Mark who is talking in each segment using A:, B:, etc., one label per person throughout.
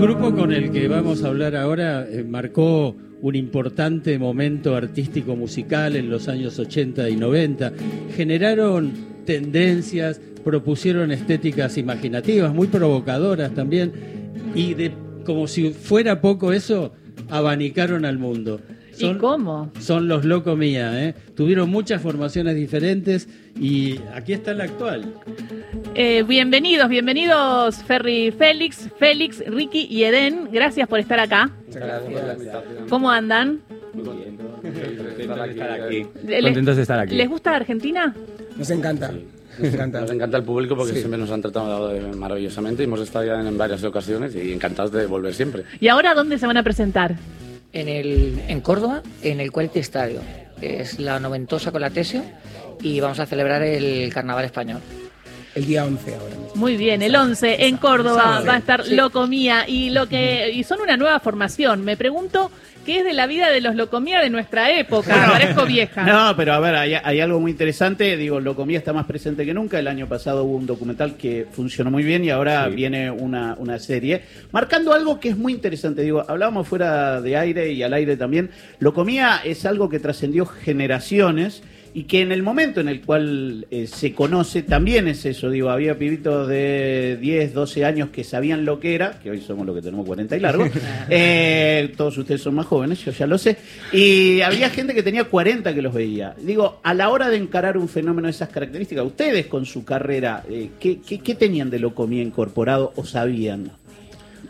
A: grupo con el que vamos a hablar ahora eh, marcó un importante momento artístico musical en los años 80 y 90. Generaron tendencias, propusieron estéticas imaginativas, muy provocadoras también, y de, como si fuera poco eso, abanicaron al mundo.
B: ¿Y cómo?
A: Son los locos mía, ¿eh? Tuvieron muchas formaciones diferentes y aquí está la actual.
B: Eh, bienvenidos, bienvenidos Ferry Félix, Félix, Ricky y Eden. Gracias por estar acá. ¿Cómo andan? ¿Les-
C: Contentos de estar aquí.
B: ¿Les gusta Argentina?
D: Nos encanta. Nos encanta.
C: Nos encanta el público porque
D: Sí.
C: siempre nos han tratado de- maravillosamente y hemos estado ya en varias ocasiones y encantados de volver siempre.
B: ¿Y ahora dónde se van a presentar?
E: en, el, en Córdoba, en el Cuality Estadio. Es la noventosa con la Tesio y vamos a celebrar el carnaval español.
D: El día 11 ahora.
B: Muy bien, el 11 en Córdoba
D: Sábado.
B: va a estar
D: Sí.
B: Locomía y lo que y son una nueva formación. Me pregunto qué es de la vida de los Locomía de nuestra época. Parezco vieja.
F: No, pero a ver, hay, hay algo muy interesante. Digo, Locomía está más presente que nunca. El año pasado hubo un documental que funcionó muy bien y ahora viene una, una serie. Marcando algo que es muy interesante. Digo, hablábamos fuera de aire y al aire también. Locomía es algo que trascendió generaciones y que en el momento en el cual eh, se conoce también es eso. Digo, había pibitos de 10, 12 años que sabían lo que era, que hoy somos los que tenemos 40 y largo. Eh, todos ustedes son más jóvenes, yo ya lo sé. Y había gente que tenía 40 que los veía. Digo, a la hora de encarar un fenómeno de esas características, ustedes con su carrera, eh, ¿qué, qué, qué tenían de locomía incorporado o sabían?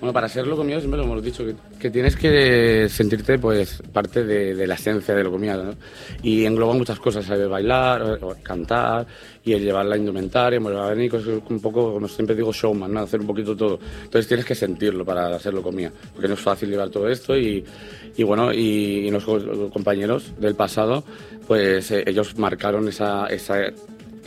C: Bueno, para ser Locomía siempre lo hemos dicho, que, que tienes que sentirte pues parte de, de la esencia de Locomía, ¿no? Y engloba muchas cosas, saber bailar, o- cantar, y el llevar la indumentaria, mover abanicos, es un poco, como siempre digo, showman, ¿no? Hacer un poquito todo. Entonces tienes que sentirlo para hacer Locomía, porque no es fácil llevar todo esto y, y bueno, y, y los co- compañeros del pasado, pues eh, ellos marcaron esa... esa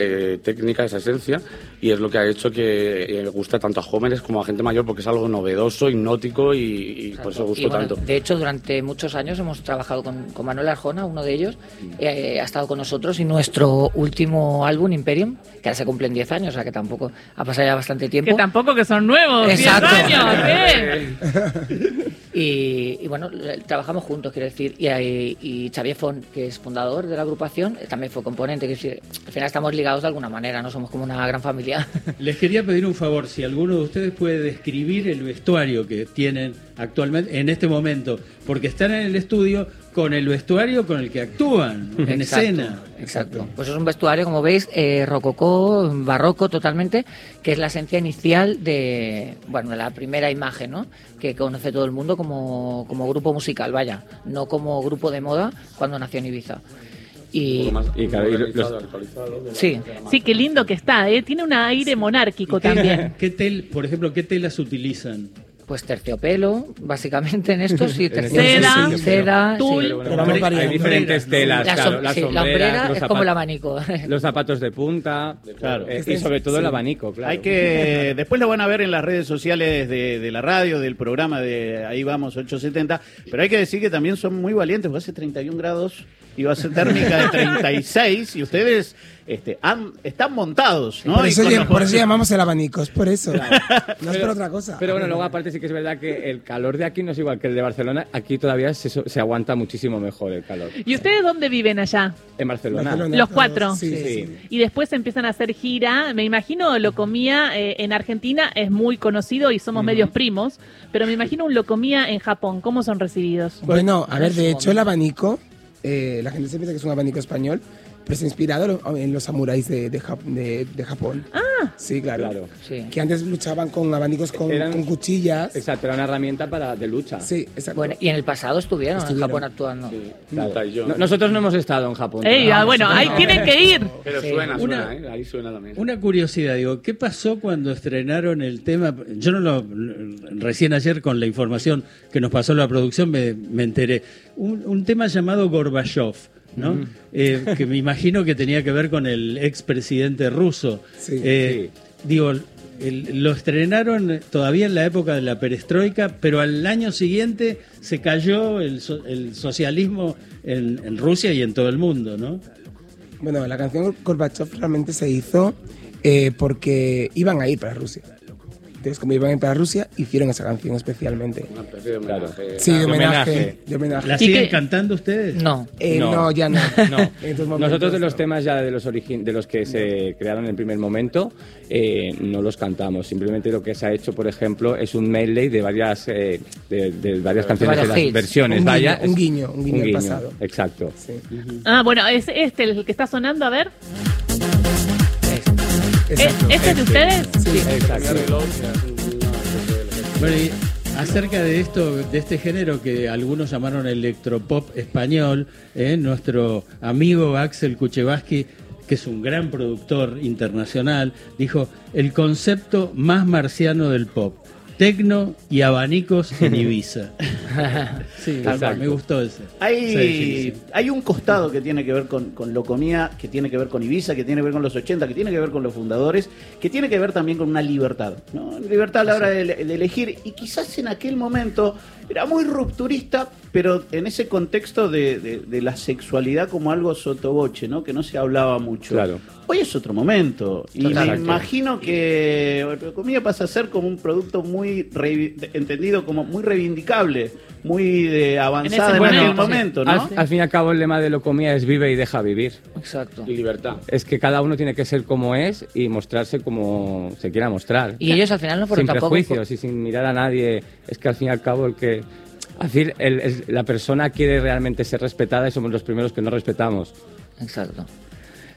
C: eh, técnica, esa esencia, y es lo que ha hecho que eh, gusta tanto a jóvenes como a gente mayor porque es algo novedoso, hipnótico y, y por eso
E: Y
C: gustó
E: bueno,
C: tanto.
E: De hecho, durante muchos años hemos trabajado con, con Manuel Arjona, uno de ellos,
C: Mm.
E: eh, ha estado con nosotros y nuestro último álbum, Imperium, que ahora se cumplen 10 años, o sea que tampoco ha pasado ya bastante tiempo.
B: Que tampoco que son nuevos, 10
E: Exacto.
B: años, ¿eh?
E: Y, y bueno, le- trabajamos juntos, quiero decir. Y, ahí- y Xavier Font, que es fundador de la agrupación, eh, también fue componente. Quiero decir, al final estamos ligados de alguna manera, no somos como una gran familia.
A: Les quería pedir un favor, si alguno de ustedes puede describir el vestuario que tienen actualmente, en este momento, porque están en el estudio con el vestuario con el que actúan en
E: Exacto,
A: escena.
E: Exacto. Pues es un vestuario, como veis, eh, rococó, barroco totalmente, que es la esencia inicial de, bueno, la primera imagen, ¿no? Que conoce todo el mundo como, como grupo musical, vaya, no como grupo de moda cuando nació en Ibiza. Y
C: y
G: claro, y los-
E: sí,
B: Sí, qué lindo que está, ¿eh? Tiene un aire monárquico también.
A: ¿Qué tel, por ejemplo, qué telas utilizan?
E: pues terciopelo, básicamente en esto, sí,
G: este
E: terciopelo,
B: Seda,
E: seda, Ah, sí.
B: tul.
G: Pero bueno,
D: Pero vamos
G: hay-
D: variando.
G: hay diferentes telas,
E: La,
G: claro,
E: som-
G: las
E: sí, la
G: sombreras,
E: hombrera
G: los
E: es como el
G: zapatos-
E: abanico.
G: Los zapatos de punta
F: Claro.
G: eh, y sobre todo el abanico, claro.
F: Hay que después lo van a ver en las redes sociales de, de la radio, del programa de ahí vamos 870, pero hay que decir que también son muy valientes, porque hace 31 grados y va a ser térmica de 36 y ustedes este han están montados, ¿no?
D: por,
F: Y
D: eso,
F: con
D: lle-
F: los-
D: por eso llamamos el abanico, es por eso. No es
G: Pero-
D: por otra cosa.
G: Pero bueno, luego aparte sí que es verdad que el calor de aquí no es igual que el de Barcelona. Aquí todavía se, se aguanta muchísimo mejor el calor.
B: ¿Y ustedes dónde viven allá?
G: En Barcelona.
D: Barcelona,
B: Los
D: todos-
B: cuatro.
D: Sí, sí,
G: Sí.
D: sí.
B: Y después empiezan a hacer gira. Me imagino Locomía eh, en Argentina es muy conocido y somos medios primos, pero me imagino un Locomía en Japón. ¿Cómo son recibidos?
D: Bueno, a ver, de
E: es
D: hecho el abanico, eh, la gente se piensa que es un abanico español, pero es inspirado lo- en los samuráis de, de Jap- de- de Japón. Ah, sí, claro.
G: Claro.
E: Sí.
D: Que antes luchaban con abanicos con,
G: Eran-
D: con cuchillas.
G: Exacto, era una herramienta para de lucha.
D: Sí, exacto.
E: Bueno, y en el pasado estuvieron,
D: Estuvieron.
E: en Japón actuando.
G: Claro.
C: Taiyo.
G: No- nosotros no hemos estado en Japón.
B: Ey, ah, bueno, ahí tienen que ir.
C: Pero
E: Sí.
C: suena,
A: Una-
C: suena, ¿eh? ahí suena también.
A: Una curiosidad, digo, ¿qué pasó cuando estrenaron el tema? Yo no lo. Recién ayer, con la información que nos pasó la producción, me, me enteré. Un, un tema llamado Gorbachev, ¿no? Eh, que me imagino que tenía que ver con el expresidente ruso.
D: Sí,
A: Eh, Digo, el- lo estrenaron todavía en la época de la perestroika, pero al año siguiente se cayó el, so- el socialismo en, en Rusia y en todo el mundo, ¿no?
D: Bueno, la canción Gorbachev realmente se hizo eh, porque iban a ir para Rusia. antes, como iban para Rusia, hicieron esa canción especialmente.
C: Una especie de
G: Claro.
C: homenaje.
D: Sí, de
G: Ah, de
D: homenaje.
G: homenaje.
D: De homenaje.
A: ¿La
B: Y
A: siguen
B: que-
A: cantando ustedes?
E: No.
D: Eh, no.
G: No.
D: ya no.
G: No.
D: En estos momentos
G: Nosotros de
D: no.
G: los temas ya de los origi- de los que se crearon en el primer momento eh, no los cantamos. Simplemente lo que se ha hecho, por ejemplo, es un medley de varias eh, de, de varias canciones, de
E: Varios
G: las
E: hits.
G: versiones.
D: Un
G: vaya,
D: guiño, un guiño, un guiño al pasado.
G: Exacto.
D: Sí.
B: Ah, bueno, es este el que está sonando, a ver. ¿E-
D: Exacto.
B: ¿Este es de ustedes?
D: Sí.
G: Exacto.
A: Bueno, y acerca de esto, de este género que algunos llamaron electropop español, ¿eh? nuestro amigo Axel Kuchevaski, que es un gran productor internacional, dijo el concepto más marciano del pop. Tecno y abanicos en Ibiza. Sí,
G: Exacto.
A: me gustó ese. esa
F: Hay,
A: definición.
F: hay un costado que tiene que ver con, con Locomía, que tiene que ver con Ibiza, que tiene que ver con los 80, que tiene que ver con los fundadores, que tiene que ver también con una libertad. ¿no? Libertad a la hora de, de elegir. Y quizás en aquel momento era muy rupturista, pero en ese contexto de, de- de la sexualidad como algo sotoboche, ¿no? que no se hablaba mucho.
G: Claro.
F: Hoy es otro momento. Y me
G: Totalmente.
F: imagino que Comida pasa a ser como un producto muy revi- entendido como muy reivindicable, muy de avanzada en,
B: momento,
F: aquel
B: sí.
F: momento, ¿no?
G: Al, al fin y al cabo el lema de Locomía es vive y deja vivir.
E: Exacto.
C: Y libertad.
G: Es que cada uno tiene que ser como es y mostrarse como se quiera mostrar.
E: Y ellos al final no fueron
G: sin
E: tampoco.
G: prejuicios y sin mirar a nadie. Es que al fin y al cabo el que... Al fin, el- el- la persona quiere realmente ser respetada y somos los primeros que no respetamos.
E: Exacto.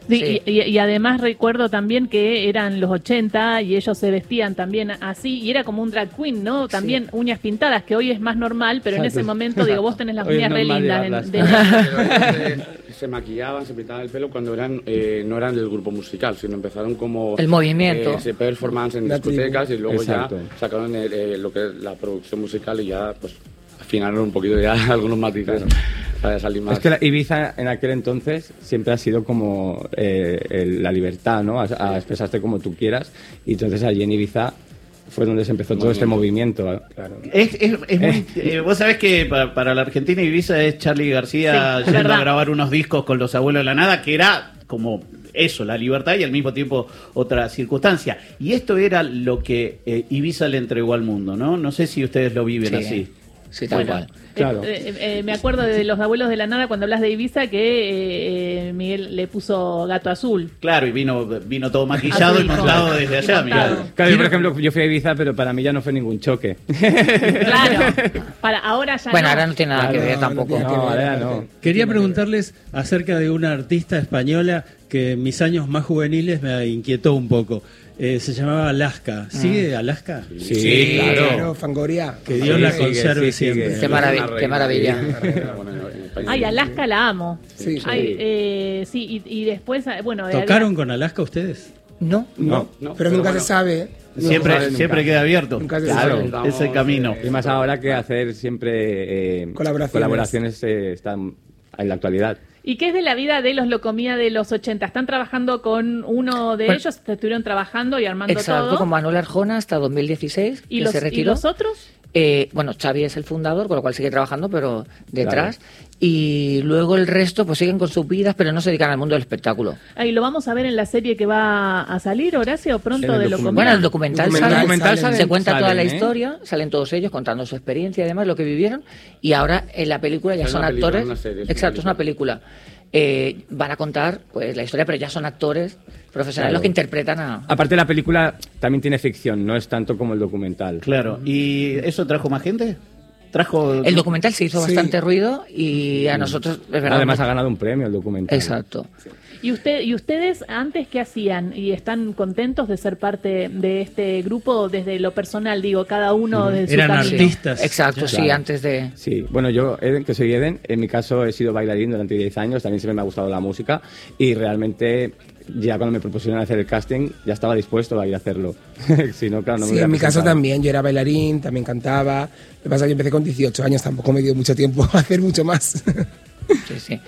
B: Sí, Y, y- y además recuerdo también que eran los 80 y ellos se vestían también así y era como un drag queen, ¿no? También uñas pintadas, que hoy es más normal, pero en ese
G: Exacto.
B: momento, digo, vos tenés las
G: Hoy es
B: uñas re
G: normal
B: lindas.
G: llevarlas.
B: de- de-
C: Pero antes se maquillaban, se pintaban el pelo cuando eran eh, no eran del grupo musical, sino empezaron como
E: El movimiento.
C: eh, se performance en
D: La
C: discotecas y luego
G: Exacto.
C: ya sacaron el, eh, lo que es la producción musical y ya pues afinaron un poquito ya algunos matices para salir más.
G: Es que la Ibiza en aquel entonces siempre ha sido como eh, el- la libertad, ¿no? A, a expresarte como tú quieras. Y entonces allí en Ibiza fue donde se empezó todo este movimiento.
F: Es, es- es muy- eh, vos sabés que para, para la Argentina Ibiza es Charlie García
B: Sí,
F: yendo
B: verdad.
F: a grabar unos discos con los abuelos de la nada, que era como eso, la libertad y al mismo tiempo otra circunstancia. Y esto era lo que eh, Ibiza le entregó al mundo, ¿no? No sé si ustedes lo viven
E: Sí.
F: así.
E: Sí, tal
B: Bueno,
E: cual.
G: Claro.
B: eh, eh, eh, me acuerdo de los abuelos de la nada cuando hablas de Ibiza que eh, eh, Miguel le puso gato azul.
F: Claro, y vino, vino todo maquillado y
B: Azul,
F: montado
B: con-
F: desde
B: y
F: allá,
B: montado.
F: mirá.
G: Claro, yo, por ejemplo, yo fui a Ibiza, pero para mí ya no fue ningún choque.
B: Claro. Para ahora ya
E: Bueno,
B: no.
E: ahora no tiene nada que
D: Claro,
E: ver
D: Ah, no
E: tampoco.
D: tiene-
G: No, ahora no.
A: Quería preguntarles acerca de una artista española que en mis años más juveniles me inquietó un poco. Eh, se llamaba Alaska. ¿Sigue Alaska?
G: Sí,
E: Sí,
G: claro.
D: Fangoria.
A: Que Dios la
G: Sigue,
A: conserve
G: sí, sigue.
A: siempre.
E: Qué, maravi- qué maravilla.
B: Ay, Alaska la amo.
D: Sí, sí.
B: Ay, eh, sí, y, y después, eh, bueno, de-
A: ¿Tocaron con Alaska ustedes?
E: No.
G: No.
D: Pero, nunca se sabe.
F: Siempre,
G: sabe nunca.
F: siempre queda abierto.
D: Nunca se
G: Claro.
D: sabe.
F: Es el camino.
G: Y más ahora que hacer siempre eh,
D: Colaboraciones.
G: colaboraciones, eh, están en la actualidad.
B: ¿Y qué es de la vida de los Locomía de los 80? ¿Están trabajando con uno de
E: Bueno.
B: ellos? ¿Estuvieron trabajando y armando
E: Exacto,
B: todo?
E: con Manuel Arjona hasta 2016,
B: ¿Y
E: que
B: los,
E: se
B: y
E: retiró.
B: los otros?
E: Eh, bueno, Xavi es el fundador, con lo cual sigue trabajando, pero detrás. Y luego el resto, pues siguen con sus vidas, pero no se dedican al mundo del espectáculo.
B: Ahí lo vamos a ver en la serie que va a salir, Horacio, pronto
G: En el
B: de
G: documental.
B: Locomía.
E: Bueno, el documental,
D: Documental
E: sale,
D: documental salen-
E: se cuenta toda la
G: salen, ¿eh?
E: historia, salen todos ellos contando su experiencia y demás, lo que vivieron, y ahora en la película ya
C: Es
E: son
C: una película,
E: actores.
C: una serie, es una
E: exacto, es una película. Eh, van a contar pues la historia, pero ya son actores profesionales
G: Claro.
E: los que interpretan a.
G: Aparte, la película también tiene ficción, no es tanto como el documental.
F: Claro. ¿Y eso trajo más gente? Trajo.
E: El documental se hizo
D: Sí.
E: bastante ruido y
C: Mm.
E: a nosotros, es verdad.
G: Además, ha ganado un premio el documental.
E: Exacto.
B: ¿Y, usted, ¿Y ustedes antes qué hacían? ¿Y están contentos de ser parte de este grupo desde lo personal? Digo, cada uno de su
A: Eran
B: camino.
A: artistas. Artistas.
E: Exacto, sí,
G: Claro.
E: antes de.
G: Sí, bueno, yo, Eden, que soy Eden, en mi caso he sido bailarín durante 10 años, también siempre me ha gustado la música y realmente ya cuando me propusieron hacer el casting ya estaba dispuesto a ir a hacerlo. si no, claro, no me
D: Sí,
G: hubiera
D: en mi caso
G: presentado.
D: también. Yo era bailarín, también cantaba. Lo que pasa es que yo empecé con 18 años, tampoco me dio mucho tiempo a hacer mucho más.
E: Sí, sí.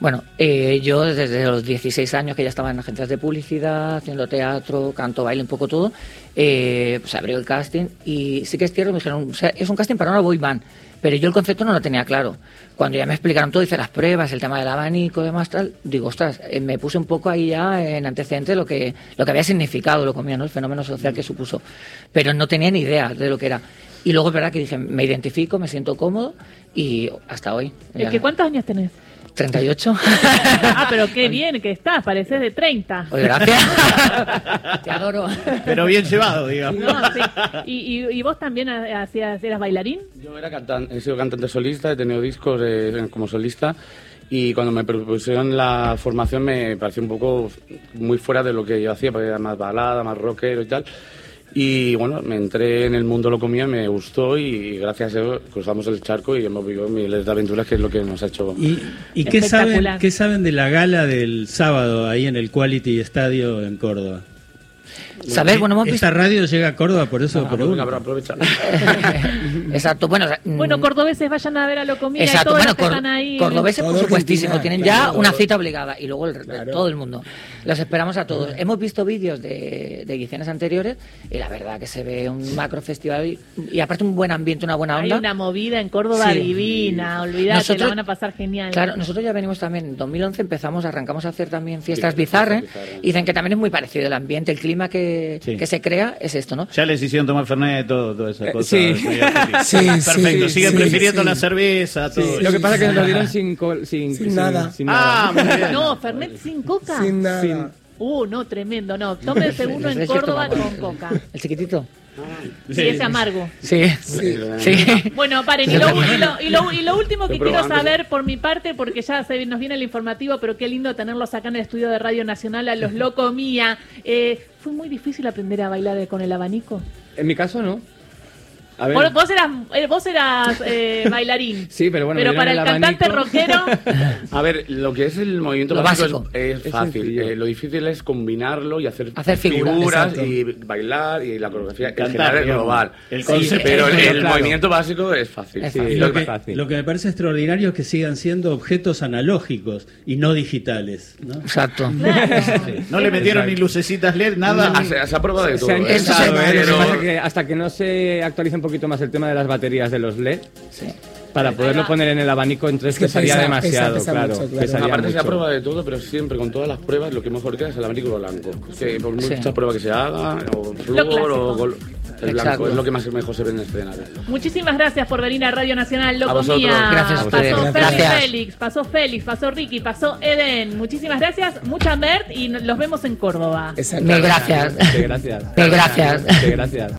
E: Bueno, eh, yo desde los 16 años que ya estaba en agencias de publicidad, haciendo teatro, canto, baile, un poco todo, eh, pues abrió el casting y sí que es cierto, me dijeron, o sea, es un casting para una boy band, pero yo el concepto no lo tenía claro. Cuando ya me explicaron todo, hice las pruebas, el tema del abanico, demás, tal, digo, ostras, eh, me puse un poco ahí ya en antecedente lo que, lo que había significado lo comía, ¿no? El fenómeno social que supuso. Pero no tenía ni idea de lo que era. Y luego es verdad que dije, me identifico, me siento cómodo y hasta hoy.
B: ¿El que cuántos años tenés?
E: 38.
B: Ah, pero qué bien que estás, pareces de 30.
E: Oye, gracias. Te adoro.
F: Pero bien llevado, digamos.
B: No, sí. ¿Y, y, y vos también hacías, eras bailarín?
C: Yo era cantante, he sido cantante solista, he tenido discos eh, como solista y cuando me propusieron la formación me pareció un poco muy fuera de lo que yo hacía, porque era más balada, más rockero y tal. Y bueno, me entré en el mundo lo comía, me gustó y gracias a eso cruzamos el charco y hemos vivido miles de aventuras que es lo que nos ha hecho.
A: ¿Y, y qué, saben,
B: Espectacular.
A: qué saben de la gala del sábado ahí en el Quality Estadio en Córdoba? Eh,
E: ¿Sabes? Bueno, hemos visto...
A: Esta radio llega a Córdoba, por
C: Ah,
A: eso pregunto.
C: Aprovechar, aprovechar.
E: Exacto. Bueno, o sea, mm,
B: Bueno, cordobeses vayan a ver a Locomía y
E: Exacto,
B: todos
E: bueno,
B: los que
E: cor-
B: están ahí.
E: cordobeses por
D: Todo
E: supuestísimo,
D: Argentina,
E: tienen
D: claro.
E: ya una cita obligada y luego el-
D: Claro.
E: todo el mundo. Los esperamos a todos. Hemos visto vídeos de, de ediciones anteriores y la verdad que se ve un macro festival y, y aparte un buen ambiente, una buena
B: Hay
E: onda.
B: una movida en Córdoba
E: Sí.
B: divina, olvidate, la
E: Nosotros-
B: van a pasar genial.
E: Claro, nosotros ya venimos también, en 2011 empezamos, arrancamos a hacer también fiestas
C: Sí,
E: bizarras
C: fiestas bizarras.
E: y dicen que también es muy parecido el ambiente, el clima que,
F: Sí.
E: que se crea es esto, ¿no?
F: Ya les hicieron tomar Fernet, todo, toda esa
G: Eh,
F: cosa.
G: sí.
D: Sí,
F: Perfecto,
D: sí,
F: siguen
D: sí,
F: prefiriendo
D: sí.
F: la cerveza, todo.
G: Lo que pasa es que nos lo dieron sin, col-
D: Sin nada.
G: sin
F: Ah, muy bien.
B: No, Fernet sin coca.
D: Sin nada.
G: Sin-
B: Uh, no, tremendo, no. Tómense uno en
E: Nosotros
B: Córdoba
E: tomamos-
B: con coca.
E: ¿El chiquitito?
B: Sí, es amargo.
E: Sí,
D: Sí.
E: sí.
B: Bueno, paren, y lo, y lo- y lo- y lo último que
C: Estoy
B: quiero
C: probando.
B: saber por mi parte, porque ya se, nos viene el informativo, pero qué lindo tenerlos acá en el estudio de Radio Nacional a los Loco Mía. Eh, ¿Fue muy difícil aprender a bailar eh, con el abanico?
G: En mi caso, no. A ver.
B: Vos, vos eras, eh, vos eras eh, bailarín.
G: Sí, pero bueno, me
B: para el,
G: dieron el
B: cantante
G: abanico.
B: rockero,
C: A ver, lo que es el movimiento
E: Lo
C: básico,
E: básico.
C: es, es
G: Es
C: fácil.
G: sencillo.
C: Eh, lo difícil es combinarlo y hacer,
E: Hacer figuras,
C: y bailar y la coreografía en
F: Cantar,
C: general es
F: digamos.
C: global.
F: El concepto
C: pero
G: es
C: el,
G: claro.
C: el movimiento básico es fácil.
E: Es
C: Sí,
E: fácil.
A: Lo
C: Lo
A: que,
G: fácil.
A: lo que me parece extraordinario es que sigan siendo objetos analógicos y no digitales. ¿no?
E: Exacto.
F: No le metieron ni lucecitas LED, nada.
C: Ah, se, se ha probado de todo.
G: Se han
C: ¿eh?
E: Eso
G: intentado,
E: se-
G: ¿eh?
C: Pero-
G: Lo que pasa es que hasta que no se actualice un poquito más el tema de las baterías de los LED,
E: Sí.
G: para poderlo poner en el abanico en tres
D: Es que
G: pesaría
D: pesa-
G: demasiado,
D: pesa- pesa
G: claro,
D: mucho, claro.
G: pesaría
C: Aparte se
G: mucho.
C: ha probado de todo, pero siempre con todas las pruebas lo que mejor queda es el abanico blanco. Que por
E: Sí.
C: muchas pruebas que se hagan, o flúor,
B: clásico.
C: o gol- el blanco,
E: Exacto.
C: es lo que más mejor se ve en el escenario.
B: muchísimas gracias por venir a Radio Nacional,
C: A
B: Loco
C: vosotros.
B: Mía.
E: Gracias a
B: pasó
E: ustedes.
B: Félix
E: Gracias.
B: Félix, pasó Félix, pasó Ricky, pasó Eden. Muchísimas gracias, mucha Mert y nos- los vemos en Córdoba.
D: Exacto.
E: Mil gracias.
G: Sí, gracias.
E: Mil gracias.
G: Sí, gracias.